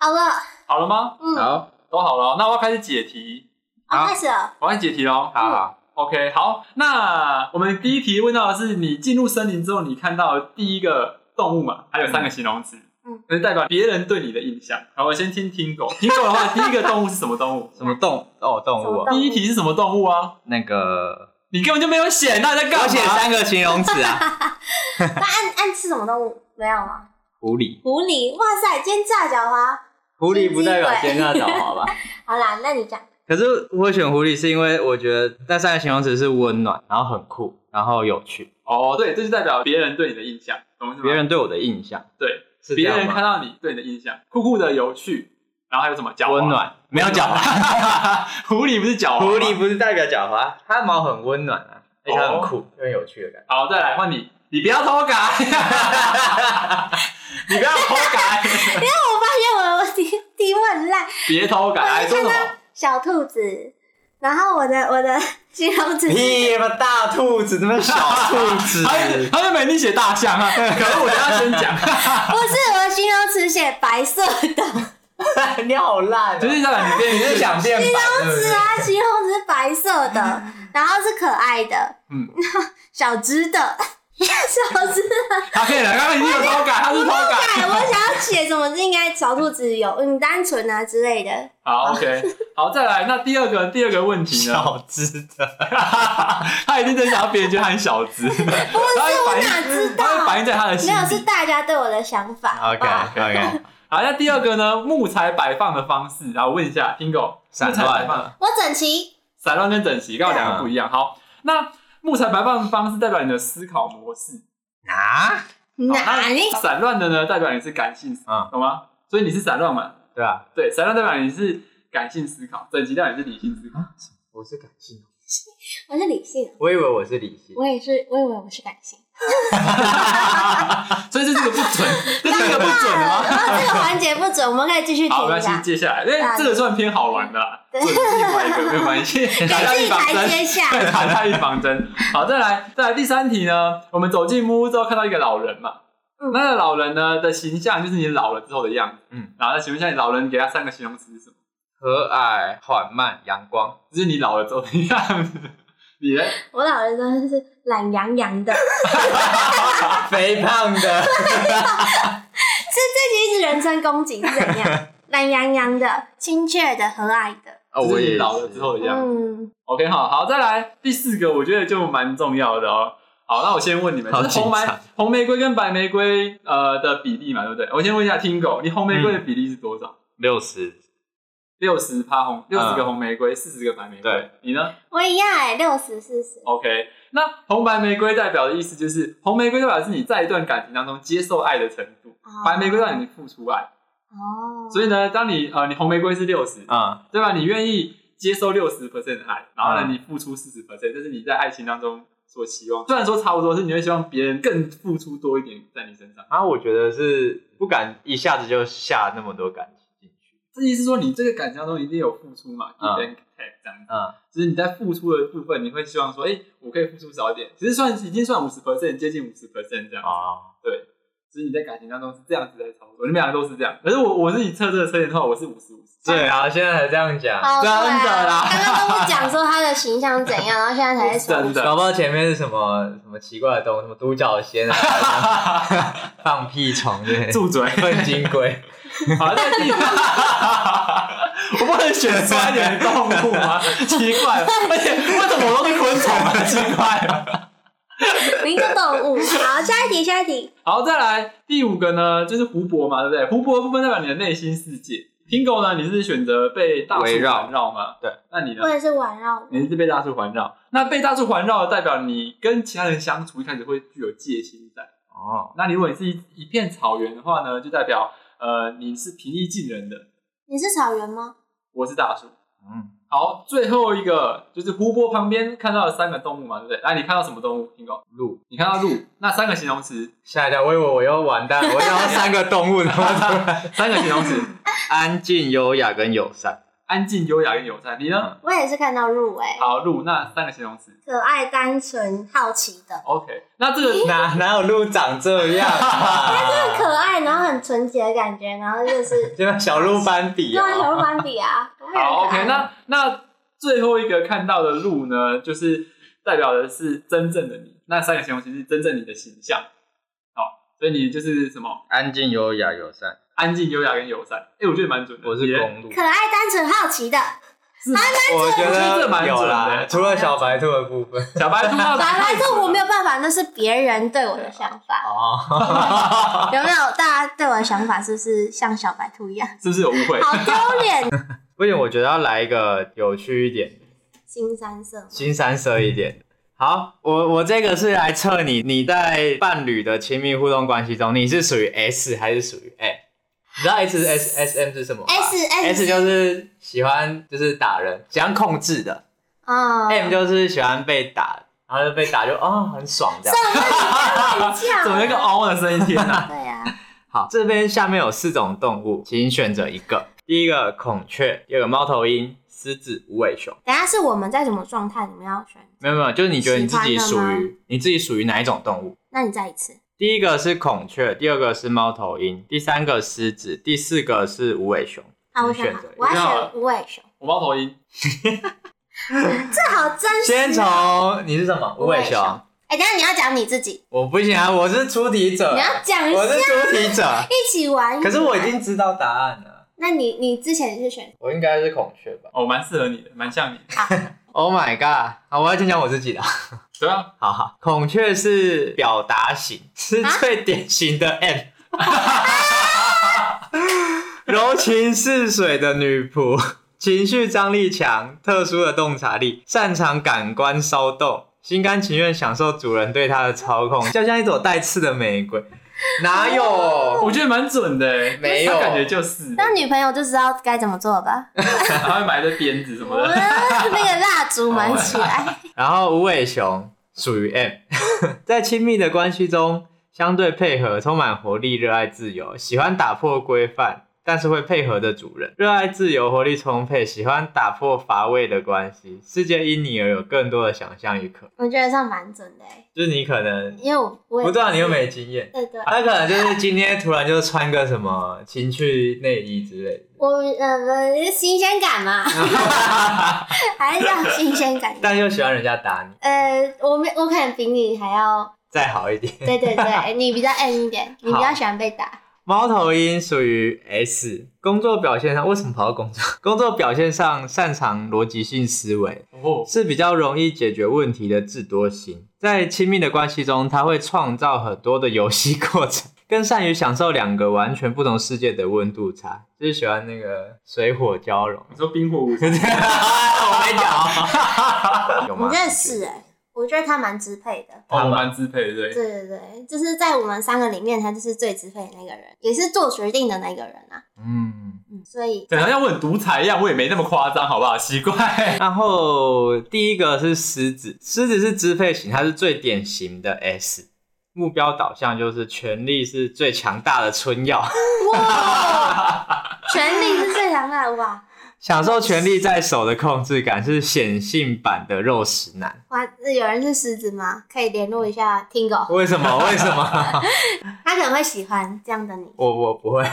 B: 好了，
C: 好了吗？
B: 嗯，
D: 好，
C: 都好了，那我要开始解题。
B: 好，
D: 好
B: 开始了。
C: 我按解题哦喽。
D: 好好
C: OK，好，那我们第一题问到的是你进入森林之后，你看到第一个动物嘛，还有三个形容词，
B: 嗯，
C: 那就代表别人对你的印象。好，我先听听狗，听狗的话，第一个动物是什么动物？
D: 什么动？
A: 哦，动物、
B: 什么动
A: 啊，
C: 第一题是什么动物啊？
D: 那个
C: 你根本就没有写，那你在干嘛？
A: 我写三个形容词 啊，
B: 那按 按是什么动物？没有吗？
A: 狐狸，
B: 狐狸。哇塞，尖炸狡猾。
A: 狐狸不代表尖颚岛好吧？
B: 好啦，那你讲。哎
A: 可是我选狐狸是因为我觉得那三个形容词是温暖，然后很酷，然后有趣，
C: 哦，对，这就代表别人对你的印象，懂我意思吗？
A: 别人对我的印象
C: 对，
A: 是这
C: 别
A: 样
C: 人
A: 吗
C: 看到你对你的印象，酷酷的、有趣，然后还有什么？狡猾
A: 温，暖，没有狡猾。
C: 猾， 狐狸不是狡猾吗，
A: 狐狸不是代表狡猾，它毛很温暖啊，而且它很酷，又很有趣的感觉。
C: 好，再来换你，你不要偷 改，你不要偷 改，
B: 我发现我我题题目很烂。
C: 别偷改，哎，说什么？
B: 小兔子。然后我的我的形容词是
A: 屁吧，大兔子，怎么小兔 子？
C: 哎他他就没你写大象 啊，可是我等一下先讲，
B: 不是我的形容词写白色的，
A: 你好烂啊！
C: 就是代表你变，
A: 你是想变白是不是？
B: 它形容词是白色的，然后是可爱的，
C: 嗯，
B: 小只的， 小只的。
C: 他啊可以了，刚刚已经有偷改，他是偷改，
B: 哎，我想要写什么？应该小兔子有嗯单纯啊之类的。
C: 好，OK，好，再来，那第二个第二个问题呢？
A: 小只的，
C: 他一定在想要别人去喊小 资，不是我
B: 我哪知道
C: 他会反映在他的心
B: 没有，是
C: 里。
B: 大家对我的想法。好不
A: OK
B: 好
A: OK，
C: 好，那第二个呢？木材摆放的方式，然后问一下听狗，
A: 散
C: 木材摆
A: 乱
C: 放
A: 了
B: 我整齐，
C: 散乱跟整齐，刚好两
B: 啊
C: 个不一样。好，那木材摆放方式代表你的思考模式，
A: 啊，
C: 好
B: 哪
C: 哦那
B: 里？
C: 散乱的呢，代表你是感性思，
A: 嗯
C: 懂吗？所以你是散乱嘛？
A: 对啊，
C: 对，散乱代表你是感性思考，整齐代表你是理性思 考。
A: 我是感性，
B: 我是理性，
A: 我以为我是理性，
B: 我也是，我以为我是感性。
C: 所以这是个不 准，这是个不准的
B: 啊然
C: 吗？
B: 后这个环节不准，我们可以继续
C: 好，
B: 听
C: 没
B: 一
C: 关系
B: 下，，
C: 接下来，因为这个算偏好玩的啦，
B: 对
C: 准是另外一个，没有 关系，
B: 给
C: 打下
B: 自
C: 预
B: 己
C: 防
B: 台
C: 针。
B: 阶下。
C: 对，打下预防针。好，再来，再来第三题呢。我们走进木屋之后，看到一个老人嘛，
B: 嗯
C: 那个老人呢的形象就是你老了之后的样子。
A: 嗯，
C: 然后再请问一下，你老人给他三个形容词是什么？
A: 和蔼、缓慢、阳光，
C: 就是你老了之后的样子。你的
B: 我老人真的是懒洋洋的，
A: 肥胖 的，
B: 是这集一直人身攻击是怎 样？懒洋洋的，亲切的，和蔼的，
A: 哦
C: 就是你老了之后的样子。
B: 嗯，
C: OK，好好，再来第四个，我觉得就蛮重要的哦。好，那我先问你们，
A: 好
C: 就是红
A: 紧
C: 玫
A: 张
C: 红玫瑰跟白玫瑰呃的比例嘛，对不对？我先问一下听狗，你红玫瑰的比例是多少？
A: 六十，
C: 六十趴红，六十个红玫瑰，四十个白玫瑰
A: 对。
C: 你呢？
B: 我一样哎、六十四十，
C: OK，那红白玫瑰代表的意思就是，红玫瑰代表是你在一段感情当中接受爱的程度，
B: 哦
C: 白玫瑰代表你付出爱。
B: 哦，
C: 所以呢，当你呃你红玫瑰是六十、
A: 嗯，
C: 对吧？你愿意接受六十 percent 的爱，然后呢
A: 嗯
C: 你付出四十 percent，这是你在爱情当中所期望。虽然说差不多，是你会希望别人更付出多一点在你身上。
A: 啊，我觉得是不敢一下子就下那么多感情进去，
C: 这意思是说，你这个感情当中一定有付出嘛，give and take 这样子。
A: 嗯
C: 就是你在付出的部分，你会希望说，哎、我可以付出少一点，其实算已经算五十 percent，接近五十 percent 这样子。
A: 哦，
C: 对，就是你在感情当中是这样子在操作，你们两个都是这样。可是我我自己测这个测验的话，我是五十五十。
A: 对啊，现在还这样讲，
B: 哦，对
A: 真
B: 啊
A: 的啦，
B: 刚刚跟我讲说他的形象怎样，然后现在才在说
C: 真的，
A: 搞不好前面是啊什么什么奇怪的东西，什么独角 仙啊，放屁虫之类 的，
C: 住嘴！
A: 粪金龟，
C: 好，那第三，我不能选酸点的动物 吗？奇怪，而且为什么我都是昆虫啊？奇怪了。
B: 您就动物。好，下一题，下一题。
C: 好，再来第五个呢，就是湖泊嘛，对不对？湖泊的部分代表你的内心世界。Pingo 呢，你是选择被大树
D: 围绕
C: 环绕嘛？
A: 对，
C: 那你呢
B: 我？也是环绕的，
C: 你是被大树环绕，那被大树环绕代表你跟其他人相处一开始会具有戒心在。
A: 哦，
C: 那如果你是一一片草原的话呢，就代表呃你是平易近人的，
B: 你是草原吗？
C: 我是大树。
A: 嗯，
C: 好，最后一个就是湖泊旁边看到了三个动物嘛，对不对？来，你看到什么动物？Pingo，
A: 鹿，
C: 你看到鹿，那三个形容词，
A: 吓一跳，我以为我又完蛋了，我要三个动物，然后就
C: 三个形容词，
D: 安静、优雅跟友善。
C: 安静、优雅跟友善。你呢？
B: 我也是看到鹿哎、
C: 好，鹿，那三个形容词。
B: 可爱、单纯、好奇的，
C: OK，那这 个
A: 哪哪有鹿长这样 啊？
B: 可爱，然后很纯洁的感觉，然后就是
A: 就像小鹿斑比
B: 对啊，小
A: 哦，
B: 鹿斑比啊。我也很
C: 好
B: 可爱
C: OK，那那最后一个看到的鹿呢，就是代表的是真正的你。那三个形容词是真正你的形象。好，所以你就是什么
D: 安静、优雅、友善。
C: 安静、优雅跟友善。哎、我觉得蛮准的。
A: 我是
C: 你嘞
A: 公鹿，
B: 可爱、单纯、好奇的，
A: 我觉
C: 我觉得这
A: 得
C: 蛮
A: 有
C: 准
A: 啦
C: 的，
A: 除了小白兔的部分，
C: 小白兔啊，
B: 白白兔我没
C: 有。
B: 有办法，那是别人对我
C: 啊
B: 的想法，
A: 哦，
B: 有没有？大家对我的想法是不是像小白兔一样？
C: 是不是有误会？
B: 好丢脸，
A: 不行，我觉得要来一个有趣一点的
B: 新三色吗
A: 新三色一点。好，我我这个是来测你你在伴侣的亲密互动关系中，你是属于 S 还是属于 M？你知道 S 是 S S M 是什么吗
B: S S
A: S 就是喜欢就是打人，喜欢控制的
B: 啊
C: 哎
A: ；M 就是喜欢被打，然后就被打就哦很爽这样。
C: 怎么有一个嗷的声音？天哪！
B: 对呀、啊，
A: 好，这边下面有四种动物，请选择一个。第一个孔雀，第二个猫头鹰、狮子、无尾熊。
B: 等一下是我们在什么状态，你们要选？
A: 没有没有，就是你觉得你自己
B: 喜
A: 属
B: 欢的吗
A: 于你自己属于哪一种动物？
B: 那你再一次，
A: 第一个是孔雀，第二个是猫头鹰，第三个狮子，第四个是无尾熊。
B: 啊，我
A: 你选
B: 想好
A: 择，
B: 我要
C: 你知道了
B: 选无尾熊，
C: 我猫头鹰，
B: 这好真实、啊
A: 先从你是什么？无尾熊。
B: 哎、等一下你要讲你自己，
A: 我不行啊，我是出题者
B: 你，要讲一
A: 呃我
B: 下，
A: 是出题者。
B: 一起玩。
A: 可是我已
B: 一起
A: 经
B: 玩，
A: 知道答案了，
B: 那你你之前是选
A: 我应该是孔雀吧
C: 哦，蛮适合你的，蛮像你的。
A: ？Oh my god！好，我要先讲我自己的。
C: 对啊，
A: 好好，孔雀是表达型，是
B: 啊
A: 最典型的 M。柔情似水的女仆，情绪张力强，特殊的洞察力，擅长感官骚动，心甘情愿享受主人对她的操控，就像一朵带刺的玫瑰。哪有？
C: 我觉得蛮准的。欸
A: 没有
C: 他感觉就是，
B: 当女朋友就知道该怎么做了吧？
C: 他会买的鞭子什么
B: 我
C: 的。
B: 那个蜡 烛买起来，
A: 然后无尾熊属于 M，在 亲密的关系中相对配合，充满活力，热爱自由，喜欢打破规范，但是会配合的主人，热爱自由，活力充沛，喜欢打破乏味的关系。世界因你而有更多的想象与可能，
B: 我觉得这样蛮准的、欸，
A: 就是你可能
B: 因为我我也
A: 不知啊道你又没经验，
B: 对对，
A: 他可能就是今天突然就穿个什么情趣内衣之类的。
B: 我呃不新鲜 感嘛，还是要新鲜感。
A: 但又喜欢人家打你，
B: 呃，我没我可能比你还要，
A: 再好一点。
B: 对对 对，你比较暗一点，你比较喜欢被打。
A: 猫头鹰属于 S，工作表现上为什么跑到工作？ 工作表现上擅长逻辑性思维，
C: 哦，
A: 是比较容易解决问题的智多星。在亲密的关系中，它会创造很多的游戏过程， 更善于享受两个完全不同世界的温度差，就是喜欢那个水火交融。
C: 你说冰火五重天
A: 我没讲哦，有
B: 我
A: 吗？
B: 觉得是哎、我觉得他蛮支配的。
C: 哦，我蛮支配的，
B: 对
C: 对。
B: 对对，就是在我们三个里面，他就是最支配的那个人，也是做决定的那个人啊。
A: 嗯。
B: 嗯，所以
C: 等好像我很独裁一样，我也没那么夸张，好不好？奇怪。
A: 然后第一个是狮子，狮子是支配型，它是最典型的 S，目标导向就是权力是最强大的春药，
B: 哇，权力是最强大的哇！
A: 享受权力在手的控制感是显性版的肉食男。
B: 哇，有人是狮子吗？可以联络一下 Tingo，
A: 为什么？为什么？
B: 他可能会喜欢这样的你。
A: 我我不会，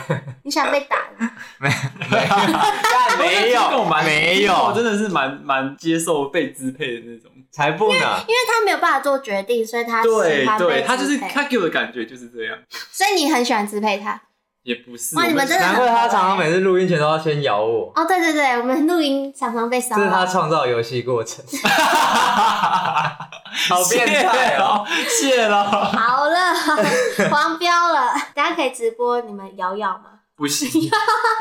B: 你想被打吗？
A: 但没
C: 我觉得这
A: 有
C: 种蛮
A: 没
C: 这种
A: 有，
C: 真的是蛮蛮接受被支配的那种。
A: 才不呢。
B: 因为他没有办法做决定，所以他
C: 对
B: 喜欢被
C: 对，他就
B: 支
C: 是
B: 配
C: 他给我的感觉就是这样，
B: 所以你很喜欢支配他。
C: 也不是。
B: 哇
C: 我
B: 你们真的
A: 难怪他常常每次录音前都要先咬我，
B: 哦，对对对，我们录音常常被骚
A: 这是他
B: 扰。
A: 创造游戏过 程。好变态哦！
C: 谢了，
B: 好了， 黄标了，大家可以直播你们咬咬吗？
C: 不 行，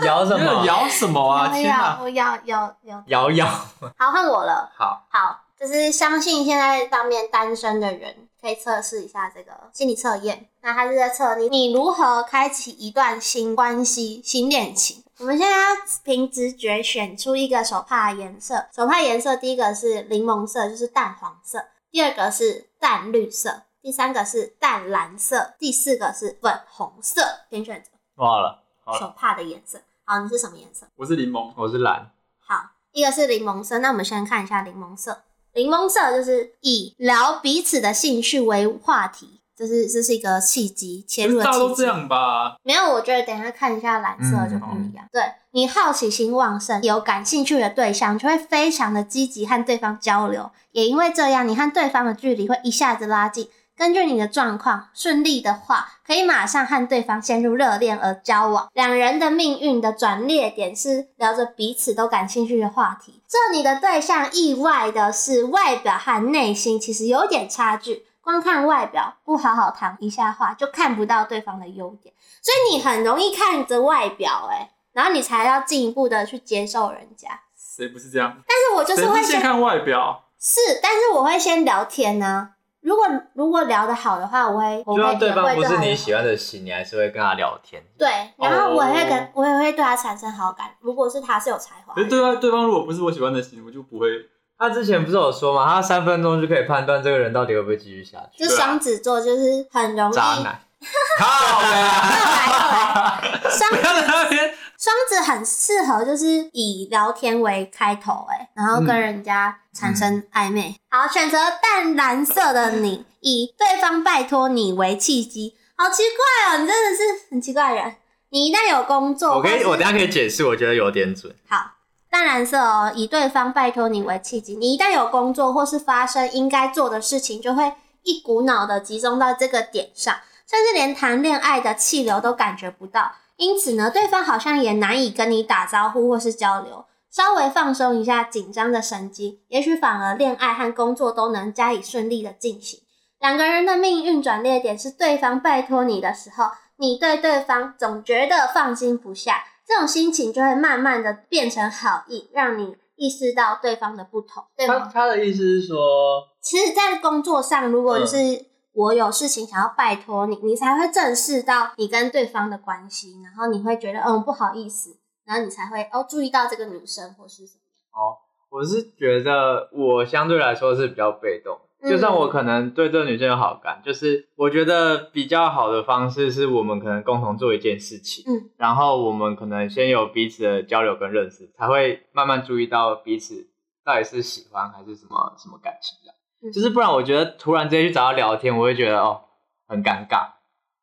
A: 咬什
C: 那
A: 么？
C: 摇什么啊？
B: 咬
C: 天
B: 咬，
C: 哪！
B: 我咬咬咬。
A: 咬咬。
B: 好，换我了。
A: 好，
B: 好，就是相信现在当面单身的人可以测试一下这个心理测验。那它是在测你你如何开启一段新关系、新恋情。我们现在要凭直觉选出一个手帕的颜色，手帕颜色第一个是柠檬色，就是淡黄色；第二个是淡绿色；第三个是淡蓝色；第四个是粉红色。请选择
A: 忘了，
C: 好
B: 手帕的颜色。好，你是什么颜色？
C: 我是 柠檬，
A: 我是懒。
B: 好，一个是柠檬色，那我们先看一下柠檬色。柠檬色就是以聊彼此的兴趣为话题，就是这是一个契机切入的
C: 大家
B: 契
C: 都这
B: 机。
C: 样吧？
B: 没有，我觉得等一下看一下蓝色就不一样。对你好奇心旺盛，有感兴趣的对象，就会非常的积极和对方交流。也因为这样，你和对方的距离会一下子拉近。根据你的状况，顺利的话，可以马上和对方陷入热恋而交往。两人的命运的转捩点是聊着彼此都感兴趣的话题。这你的对象意外的是，外表和内心其实有点差距。光看外表，不好好谈一下话，就看不到对方的优点。所以你很容易看着外表、欸，哎，然后你才要进一步的去接受人家。
C: 谁不是这样？
B: 但是我就
C: 谁
B: 是会
C: 是
B: 先
C: 先看外表？
B: 是，但是我会先聊天呢、如果如果聊得好的话，我会我
A: 就算
B: 会
A: 对
B: 也会
A: 方不是
B: 他
A: 你
B: 有
A: 喜欢的型，你还是会跟他聊天。
B: 对，然后我会跟、
C: 哦
B: 我也会对他产生好感。如果是他是有才华
C: 可
B: 的，
C: 是对方对方如果不是我喜欢的型，我就不 会。
A: 他之前不是有说吗？他三分钟就可以判断这个人到底会不会继续下去。
B: 就双子座就是很容易
A: 渣 男，啊
C: 靠呀！
B: 后来后来， 双
C: 不要在那边。
B: 双子很适合就是以聊天为开头、欸，然后跟人家产生暧昧。
A: 嗯
B: 好，选择淡蓝色的 你，以对方拜托你为契机。好奇怪哦，你真的是很奇怪的人。你一旦有工作，
A: 哦我可
B: 或
A: 以，
B: 是
A: 我等一下可以解释，我觉得有点准。
B: 好，淡蓝色哦，以对方拜托你为契机，你一旦有工作或是发生应该做的事情，就会一股脑的集中到这个点上，甚至连谈恋爱的气流都感觉不到。因此呢，对方好像也难以跟你打招呼或是交流。稍微放松一下紧张的神经，也许反而恋爱和工作都能加以顺利的进行。两个人的命运转捩点是对方拜托你的时候，你对对方总觉得放心不下，这种心情就会慢慢的变成好意，让你意识到对方的不同，对吗？
A: 他的意思是说，
B: 其实，在工作上，如
A: 嗯
B: 果就是我有事情想要拜托你，你才会正视到你跟对方的关系，然后你会觉得嗯不好意思，然后你才会哦注意到这个女生或是什么。
A: 我是觉得我相对来说是比较被动。
B: 嗯
A: 就算我可能对这个女生有好感，就是我觉得比较好的方式是我们可能共同做一件事情，
B: 嗯，
A: 然后我们可能先有彼此的交流跟认识，才会慢慢注意到彼此到底是喜欢还是什么什么感情的。
B: 嗯
A: 就是不然，我觉得突然之间去找他聊天，我会觉得哦很尴尬。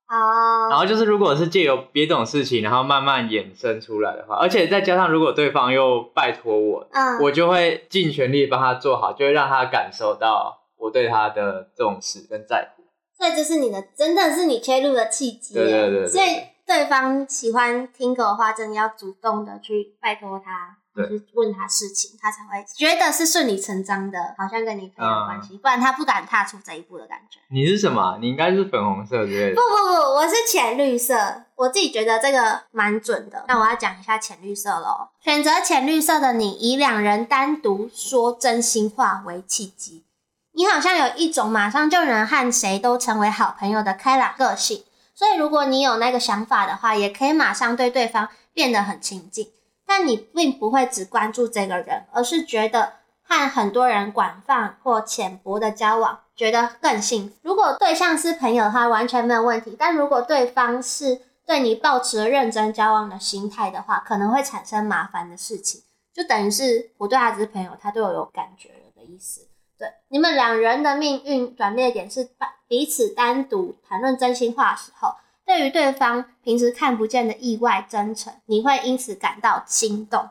A: 然
B: 哦，
A: 后就是，如果是借由别种事情，然后慢慢衍生出来的话，而且再加上如果对方又拜托我，
B: 嗯，
A: 我就会尽全力帮他做好，就会让他感受到我对他的重视跟在乎。
B: 所以这是你的，真的是你切入的契机耶。
A: 对对对对对
B: 所以对方喜欢听狗的话，真的要主动的去拜托他，
A: 对
B: 去问他事情，他才会觉得是顺理成章的，好像跟你培
A: 嗯
B: 养关系，不然他不敢踏出这一步的感觉。
A: 你是什么啊？你应该是粉红色之类
B: 不
A: 的。
B: 不不，我是浅绿色，我自己觉得这个蛮准的。那我要讲一下浅绿色喽。选择浅绿色的你，以两人单独说真心话为契机，你好像有一种马上就能和谁都成为好朋友的开朗个性。所以，如果你有那个想法的话，也可以马上对对方变得很亲近。但你并不会只关注这个人，而是觉得和很多人广泛或浅薄的交往，觉得更幸福。如果对象是朋友的话，完全没有问题；但如果对方是对你抱持了认真交往的心态的话，可能会产生麻烦的事情。就等于是我对他只是朋友，他对我有感觉了的意思。对，你们两人的命运转捩点是把彼此单独谈论真心话的时候，对对于对方平时看不见的意外真诚，你会因此感到心动。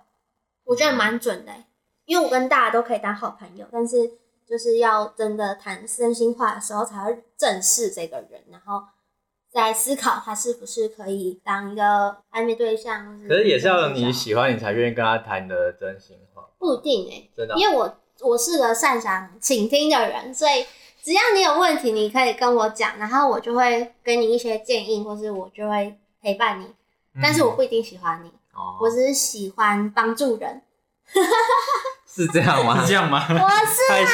B: 我觉得蛮准的欸、因为我跟大家都可以当好朋友，但是就是要真的谈真心话的时候，才会正视这个人，然后再思考他是不是可以当一个暧昧对象。或
A: 可是也是要
B: 真心
A: 你
B: 想
A: 喜欢你才愿意跟他谈的真心话，
B: 不一定哎、
A: 真的啊。
B: 因为我我是个擅长倾听的人，所以只要你有问题，你可以跟我讲，然后我就会给你一些建议，或是我就会陪伴你。但是我不一定喜欢你，
A: 哦
B: 我只是喜欢帮助人。
A: 是这样吗
C: 是？这样吗？
B: 我是
A: 太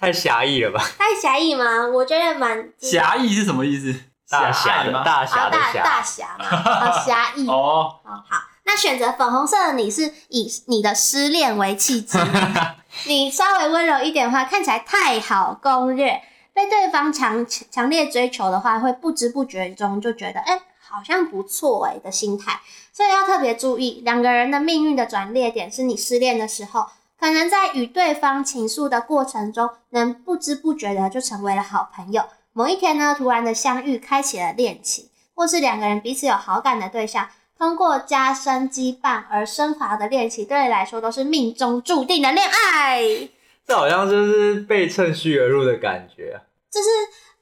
A: 太狭义了吧？
B: 太狭义吗？我觉得蛮
C: 狭义是什么意思？
A: 大
C: 狭
A: 侠
C: 隘
A: 的
C: 吗？
A: 大
B: 啊
A: 侠的
B: 大
A: 侠，
B: 大侠嘛，好狭义。哦
C: 哦，
B: 好，那选择粉红色的你是以你的失恋为契机， 你稍微温柔一点的话，看起来太好攻略，被对方强强烈追求的话，会不知不觉中就觉得，哎、好像不错哎、的心态，所以要特别注意，两个人的命运的转捩点是你失恋的时候，可能在与对方倾诉的过程中，能不知不觉的就成为了好朋友。某一天呢，突然的相遇，开启了恋情，或是两个人彼此有好感的对象，通过加深羁绊而升华的恋情，对你来说都是命中注定的恋爱。
A: 这好像就是被趁虚而入的感觉啊，
B: 就是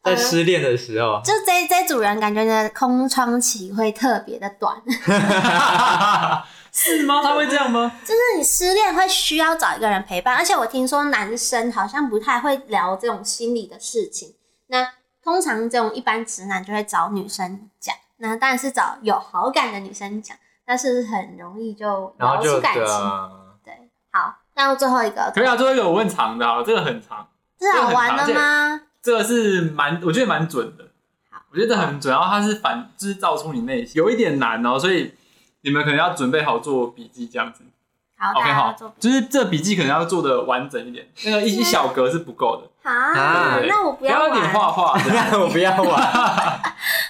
A: 在
B: 呃
A: 失恋的时 候，
B: 就这这组人感觉呢，空窗期会特别的短， 就是
C: 吗？他会这样吗？
B: 是你失恋会需要找一个人陪伴，而且我听说男生好像不太会聊这种心理的事情，那通常这种一般直男就会找女生讲，那当然是找有好感的女生讲，但是很容易就
A: 然
B: 聊
A: 后就
B: 出感
A: 对
B: 情。
A: 啊
B: 对，好，那最后一个，
C: 可以啊，最后一个我问长的好了，这个很长，
B: 这好玩
C: 这
B: 了
C: 个很
B: 吗？
C: 这个是蛮，我觉得蛮准的
B: 好。
C: 我觉得很准，然后它是反，就是照出你内心，有一点难哦，所以你们可能要准备好做笔记这样子。
B: 好，大
C: OK
B: 家要
C: 好
B: 做，笔
C: 就是这笔记可能要做的完整一点，那个一一小格是不够的，
B: 好、
A: 啊
C: 对
B: 那我不
C: 不要有点
B: 玩，
C: 画画这样。
A: 我不要 玩，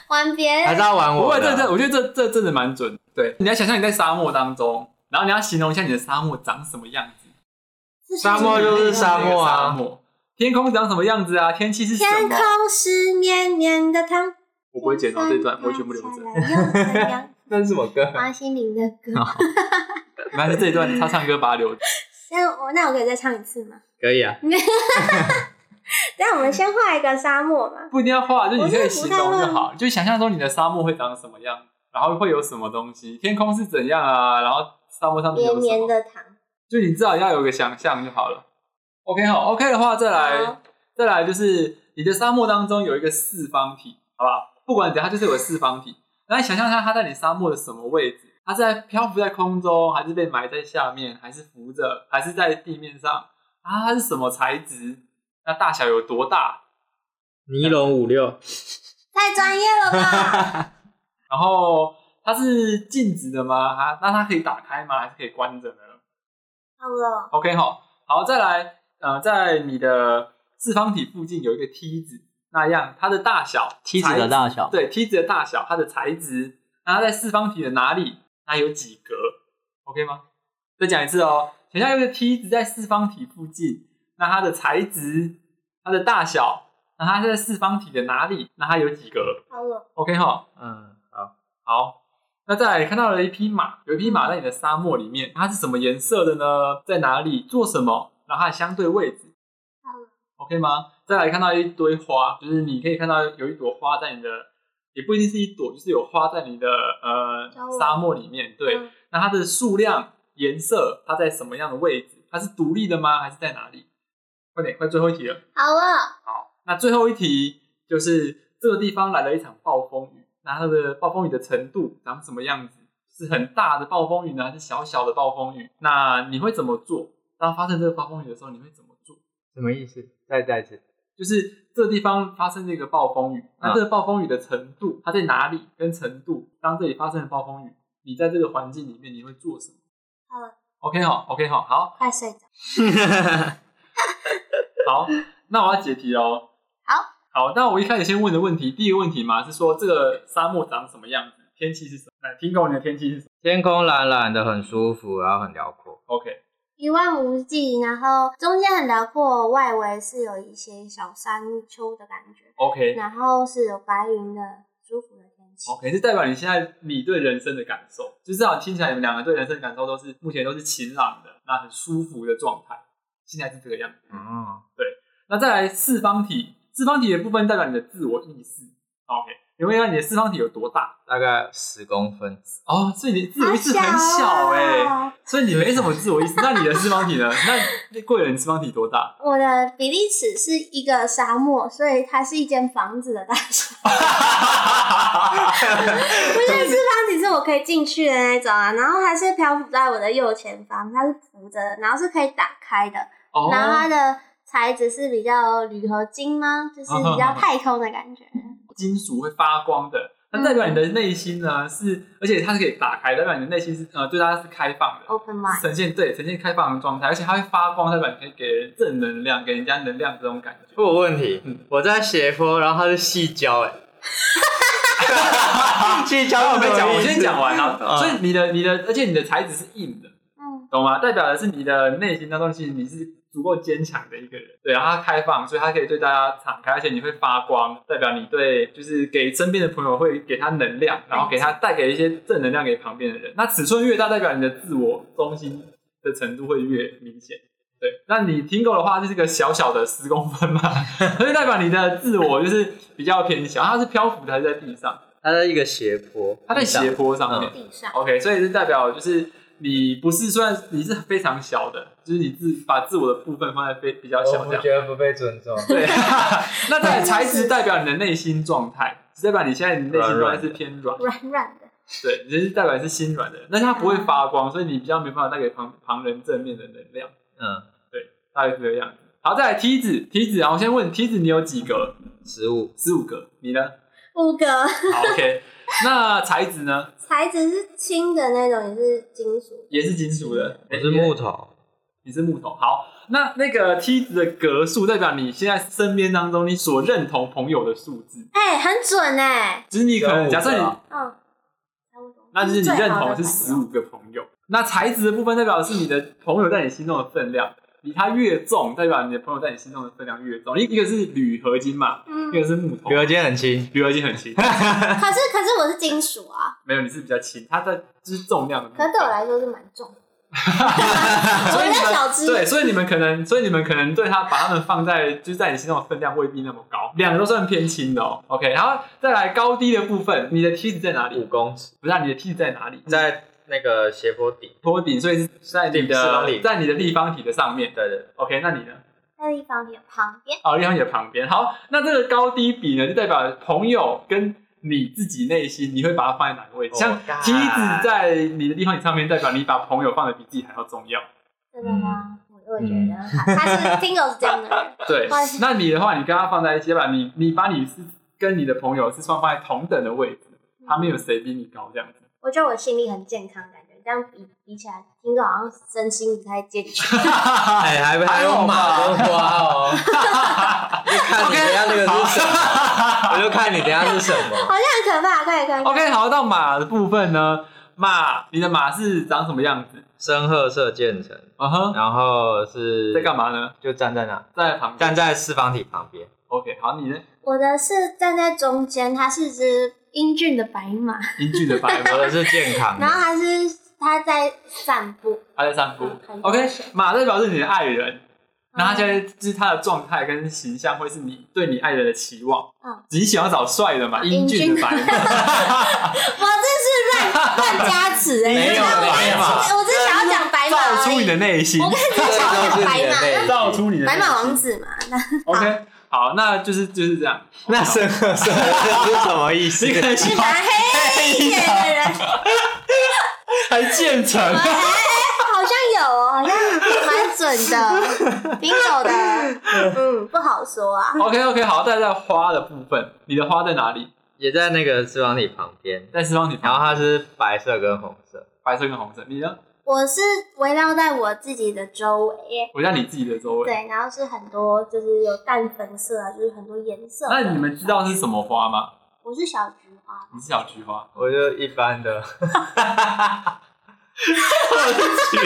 B: 玩别
A: 还
B: 人
A: 是要玩
C: 不
A: 我
C: 会，这
A: 的
C: 这
A: 啊。
C: 我觉得这这真的蛮准。对，你要想象你在沙漠当中，然后你要形容一下你的沙漠长什么样子。
A: 沙漠就是沙漠
C: 沙
A: 啊，
C: 漠，天空长什么样子啊？天气是什
B: 天
C: 么？
B: 空是绵绵的糖。
C: 我不会剪到这段，我会全部留着。
B: 着。
A: 那是什么歌？
B: 王心凌的歌，
C: 反正这一段他唱歌把它留着。
B: 那我那我可以再唱一次吗？
A: 可以啊，
B: 那我们先画一个沙漠嘛。
C: 不一定要画，就是你可以
B: 我是不
C: 形
B: 太
C: 容就
B: 会
C: 好，就想象说你的沙漠会长什么样，然后会有什么东西，天空是怎样啊，然后沙
A: 嗯
C: 漠上面有
B: 绵
C: 什
B: 绵
C: 么，
B: 的糖，
C: 就你至少要有个想象就好了。OK 好，OK 的话再来
B: 好，
C: 再来就是你的沙漠当中有一个四方体，好不好？不管怎样，它就是有个四方体。然后你想象一下，它在你沙漠的什么位置？它是在漂浮在空中，还是被埋在下面，还是浮着，还是在地面上？啊，它是什么材质？那大小有多大？
A: 尼龙五六，
B: 太专业了 吧？
C: 然后它是静止的吗？它那它可以打开吗？还是可以关着呢
B: 好了，
C: ？OK 好，好再来，呃，在你的四方体附近有一个梯子，那样它的大小，
A: 梯子
C: 材
A: 的
C: 质
A: 大小，
C: 对梯子的大小，它的材质，那它在四方体的哪里？它有几格？OK 吗？再讲一次哦，想象有一个梯子在四方体附近，那它的材质，它的大小，那它在四方体的哪里？那它有几格
B: 好了，
C: ？OK 哈，
A: 嗯，好，
C: 好，那再来看到了一匹马，有一匹马在你的沙漠里面，它是什么颜色的呢？在哪里？做什么？然后它的相对位置
B: 好。
C: OK 吗？再来看到一堆花，就是你可以看到有一朵花在你的，也不一定是一朵，就是有花在你的呃
B: 周围
C: 沙漠里面。对，
B: 嗯
C: 那它的数量、颜色，它在什么样的位置？它是独立的吗？还是在哪里？快点，快最后一题了。
B: 好了，
C: 好，那最后一题就是这个地方来了一场暴风雨，那它的暴风雨的程度长什么样子？是很大的暴风雨呢，还是小小的暴风雨？那你会怎么做？当发生这个暴风雨的时候，你会怎么做？
A: 什么意思？再再一次，
C: 就是这地方发生这个暴风雨，那这个暴风雨的程度，它在哪里？跟程度，当这里发生了暴风雨，你在这个环境里面你会做什么？
B: 好了
C: OK 好，OK 好，好
B: 快睡着。
C: 好，那我要解题哦。
B: 好，
C: 好，那我一开始先问的问题，第一个问题嘛是说这个沙漠长什么样子，天气是什么？来，听狗你的天气是什么
D: 天空蓝蓝的，很舒服，然后很辽阔。
C: ？OK，
B: 一望无际，然后中间很辽阔，外围是有一些小山丘的感觉，
C: OK，
B: 然后是有白云的舒服的天
C: 好，可能是代表你现在你对人生的感受，就至少听起来你们两个对人生的感受都是目前都是晴朗的，那很舒服的状态，现在是这个样子。
D: 嗯，
C: 那再来四方体，四方体的部分代表你的自我意识。OK，你会看你的四方体有多大
D: 大概十公分，
C: 哦，所以你自我
B: 好
C: 意识很小哎、
B: 哦
C: 所以你没什么自我意识。那你的四方体 呢？那贵人四方体多大？
B: 我的比利尺是一个沙漠，所以它是一间房子的大小。 不是 四方体是我可以进去的那种啊，然后它是漂浮在我的右前方，它是浮着的，然后是可以打开的，
C: 哦，
B: 然后它的材质是比较铝合金吗？就是比较太空的 感觉。
C: 金属会发光的，那代表你的内心呢
B: 嗯
C: 是，而且它是可以打开，代表你的内心是呃对它是开放的，
B: Open mind，
C: 呈现对呈现开放的状态，而且它会发光，代表你可以给人正能量，给人家能量这种感觉。
A: 我有问题
C: 嗯，
A: 我在斜坡，然后它是细胶，哎， 细胶
C: 我
A: 是什么
C: 哦没讲，我
A: 意思
C: 先讲完啊。
A: 嗯
C: 所以你的你的，而且你的材质是硬的，
B: 嗯，
C: 懂吗？代表的是你的内心当中，其实你是足够坚强的一个人。对，然后它开放，所以它可以对大家敞开，而且你会发光，代表你对就是给身边的朋友会给他能量，然后给他带给一些正能量给旁边的人。那尺寸越大，代表你的自我中心的程度会越明显。对，那你听够的话，就是个小小的十公分嘛，所以代表你的自我就是比较偏小，它是漂浮的还是在地上？
A: 它在一个斜坡，
C: 它在斜坡上面。
B: 地上。
C: OK，所以是代表就是你不是虽然你是非常小的，就是你自把自我的部分放在非比较小这样。
A: 得不被尊重。
C: 对，那在材质代表你的内心状态，是代表你现在你内心状态是偏软，
B: 软软的，
C: 对，你就是代表你是心软的人，但是它不会发光，所以你比较没办法带给旁旁人正面的能量，
D: 嗯，
C: 大概是这个样子。好，再来梯子，梯子，然后我先问梯子，你有几个？
D: 十五，
C: 十五个，你呢？
B: 五个
C: 好，OK。那 材质呢？
B: 材质是轻的那种，也是金属。
C: 也是金属的，
D: 我是木头，
C: 你是木头。好，那那个梯子的格数代表你现在身边当中你所认同朋友的数字，
B: 哎、很准哎、
C: 就是你可能
A: 只有
C: 假
A: 五个
C: 设你
A: 啊，
B: 嗯，差不多。
C: 那就是你
B: 最
C: 认
B: 好
C: 同
B: 的
C: 是
B: 朋
C: 十
B: 友
C: 五个朋友。那材质的部分代表的是你的朋友在你心中的分量，比它越重，代表你的朋友在你心中的分量越重。一一个是铝合金嘛，
B: 嗯，
C: 一个是木头
A: 比，如今天很轻，
C: 铝合金很轻，
B: 可是可是我是金属啊，
C: 没有你是比较轻，它的就是重量的部
B: 可
C: 分。
B: 是对我来说是蛮重 的。
C: 所以你
B: 我比较小
C: 们
B: 只
C: 对，所以你们可能，所以你们可能对他把他们放在就是在你心中的分量未必那么高，两个都算偏轻的哦。OK，然后再来高低的部分，你的梯子在哪
A: 五
C: 里？
A: 公尺，
C: 不是、啊、你的梯子在哪里？
A: 在那个斜坡顶。
C: 坡顶，所以是在你
A: 顶四方
C: 的
A: 体
C: 在你的立方体的上面。
A: 对对，
C: OK，那你呢？
B: 那地方也旁边，
C: 哦，立方体的旁边。好，那这个高低比呢，就代表朋友跟你自己内心，你会把它放在哪个位置？
A: Oh
C: 像
A: my god
C: 梯子在你的立方体上面，代表你把朋友放的比自己还要重要。
B: 真的吗？
C: 嗯
B: 我我觉得他他是听狗是这样的人，
C: 对
B: 不好意，思
C: 那你的话，你跟他放在一起吧，你你把你是跟你的朋友是放放在同等的位置，他没有谁比你高这样子。
B: 我觉得我心里很健康，感觉这样比比起来，听狗好像身心不太健全。
A: 哎，还还有马跟花哦，就看你等一下那个是什么， 我就看你等一下是什么。
B: 好像很可怕，快点快点
C: OK，好，到马的部分呢，马，你的马是长什么样子？
D: 深褐色渐层，
C: 嗯哼，
D: 然后是
C: 在干嘛呢？
A: 就站在那，
C: 在旁边。
A: 站在四方体旁边，
C: OK，好，你呢？
B: 我的是站在中间，它是只英俊的白马，
C: 英俊的白
A: 我
C: 马，
A: 的是健康的
B: 然。后它是它在散步，
C: 他在散步
B: 嗯很。
C: OK，
B: 悠闲
C: 马代表是你的爱人，那他现在就是他的状态跟形象，会是你对你爱人的期望。
B: 嗯，
C: 你喜欢找帅的嘛？英俊的白马。
B: 我这是乱乱加词哎、
A: 没有
B: 你知道吗
A: 白马
B: 我只是想要讲白马
C: 造
B: 而
C: 出你的
B: 已，
C: 内心
B: 我，跟你
A: 这
B: 只是想
A: 都
B: 要讲
A: 是你
B: 白
A: 的内
B: 马，
A: 心
C: 造出你的内
B: 白
C: 心
B: 马王。子嘛， 那
C: OK，好，那就是就是这样。
A: 那深褐色是什么意思
C: 你？可能喜
B: 是
C: 欢
B: 拿黑一点的人，哎
C: 还建成，
B: 好像有哦，好像蛮准的，挺有 的，嗯，不好说啊。
C: OK OK，好，再在花的部分，你的花在哪里？
D: 也在那个四方体旁边，
C: 在四方体
D: 然后
C: 旁，
D: 它是白色跟红色，
C: 白色跟红色。你呢？
B: 我是围绕在我自己的周围，
C: 我在你自己的周围。
B: 对，然后是很多就是有淡粉色啊，就是很多颜色。
C: 那你们知道是什么花吗？
B: 我是小菊花，
C: 你是小菊花。
A: 我就一般的，，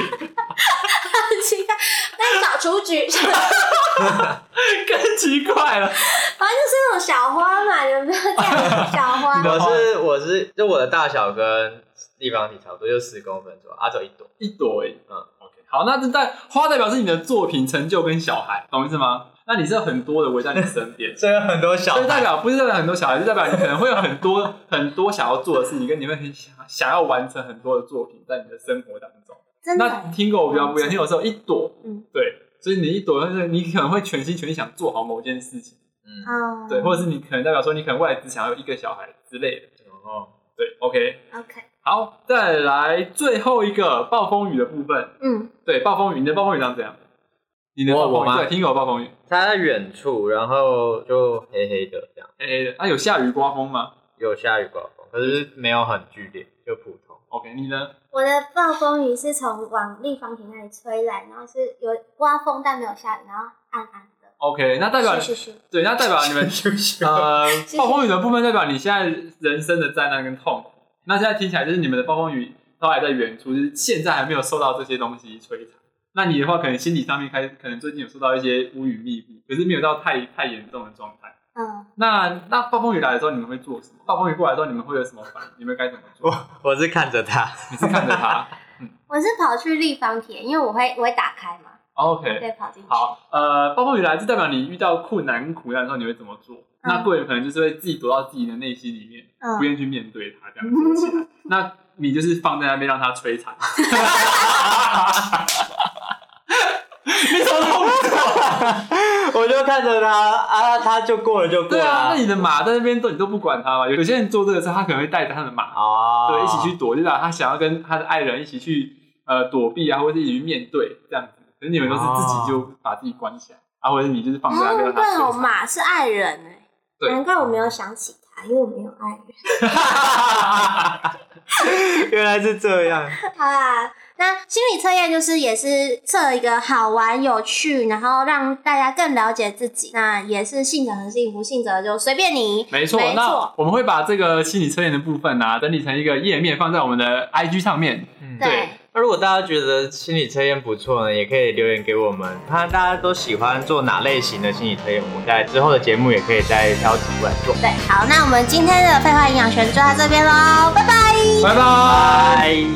B: 很奇怪。那小雏菊，反正就是
C: 更奇怪了。
B: 哦那种小花嘛，有没有这样？小花
D: 我是我是就我的大小跟立方体差不多，就十公分左右，啊，只有一朵。
C: 一朵而已。嗯
D: 嗯
C: ，OK，好，那这代花代表是你的作品成就跟小孩，懂意思吗？那你是有很多的围在你身边
A: 所以有很多小
C: 所以代
A: 孩，
C: 表不是代表很多小孩，是代表你可能会有很多 很多想要做的事情，跟你会很想想要完成很多的作品在你的生活当中。
B: 真的
C: 那听狗比较不一样，听狗是有一朵，
B: 嗯
C: 对，所以你一朵，就是你可能会全心全意想做好某件事情，
D: 嗯，
B: 哦，
C: 对，或者是你可能代表说你可能未来只想要有一个小孩之类的，
D: 然后
C: 对，OK，
B: OK，
C: 好，再来最后一个暴风雨的部分，
B: 嗯，
C: 对，暴风雨，你的暴风雨长怎样？你的
D: 我
C: 暴
D: 我
C: 风雨，
D: 吗
C: 对，听狗暴风雨，
D: 它在远处，然后就黑黑的这样，
C: 哎、啊，有下雨刮风吗
D: 有下雨刮风，可是没有很剧烈，就普 通。
C: ？OK，你呢？
B: 我的暴风雨是从往立方体那里吹来，然后是有刮风但没有下雨，然后暗暗的，
C: OK，那代表
B: 嘘嘘嘘，
C: 对，那代表啊你们 呃
B: 谢
C: 暴风雨的部分代表你现在人生的灾难跟痛苦。那现在听起来就是你们的暴风雨都还在远处，就是现在还没有受到这些东西摧残。那你的话，可能心理上面开始，可能最近有受到一些乌云密布，可是没有到太太严重的状态。
B: 嗯，
C: 那那暴风雨来的时候，你们会做什么？暴风雨过来的时候，你们会有什么反应？你们该怎么做？
A: 我是看着他，
C: 你是看着它
B: 我是跑去立方体，因为我会我会打开嘛，
C: 哦？OK，
B: 可以跑进去。
C: 好，呃，暴风雨来，就代表你遇到困难跟苦难的时候，你会怎么做？那贵人可能就是会自己躲到自己的内心里面，
B: 嗯
C: 不愿意去面对它，这样躲起来。那你就是放在那边让它摧残。你怎么弄
A: 我就看着他啊，他就过了就过
C: 对
A: 了
C: 啊，
A: 啊
C: 那，你的马在那边都你都不管它嘛？有些人做这个事，他可能会带着他的马，啊
D: 啊
A: 哦
C: 对，一起 去躲，就把他想要跟他的爱人一起去呃躲避啊，或者是一起去面对这样子。可是你们都是自己就把自己关起来，啊，或者是你就是放在那边
B: 哦，
C: 让它
B: 对
C: 摧
B: 哦，
C: 残。
B: 马是爱人哎、
C: 对
B: 难怪我没有想起他，因为我没有爱人。
A: 原来是这样，
B: 好啦，那心理测验就是也是测一个好玩有趣，然后让大家更了解自己。那也是信者恒信，不信者就随便你。
C: 没错，
B: 没
C: 那
B: 错，
C: 我们会把这个心理测验的部分啊，整理成一个页面放在我们的 IG 上面。对
B: 对，
D: 那如果大家觉得心理测验不错呢，也可以留言给我们，看大家都喜欢做哪类型的心理测验，我们在之后的节目也可以再挑几位来做。
B: 对，好，那我们今天的废话营养学就到这边喽，拜拜。
C: 拜拜。
D: 拜。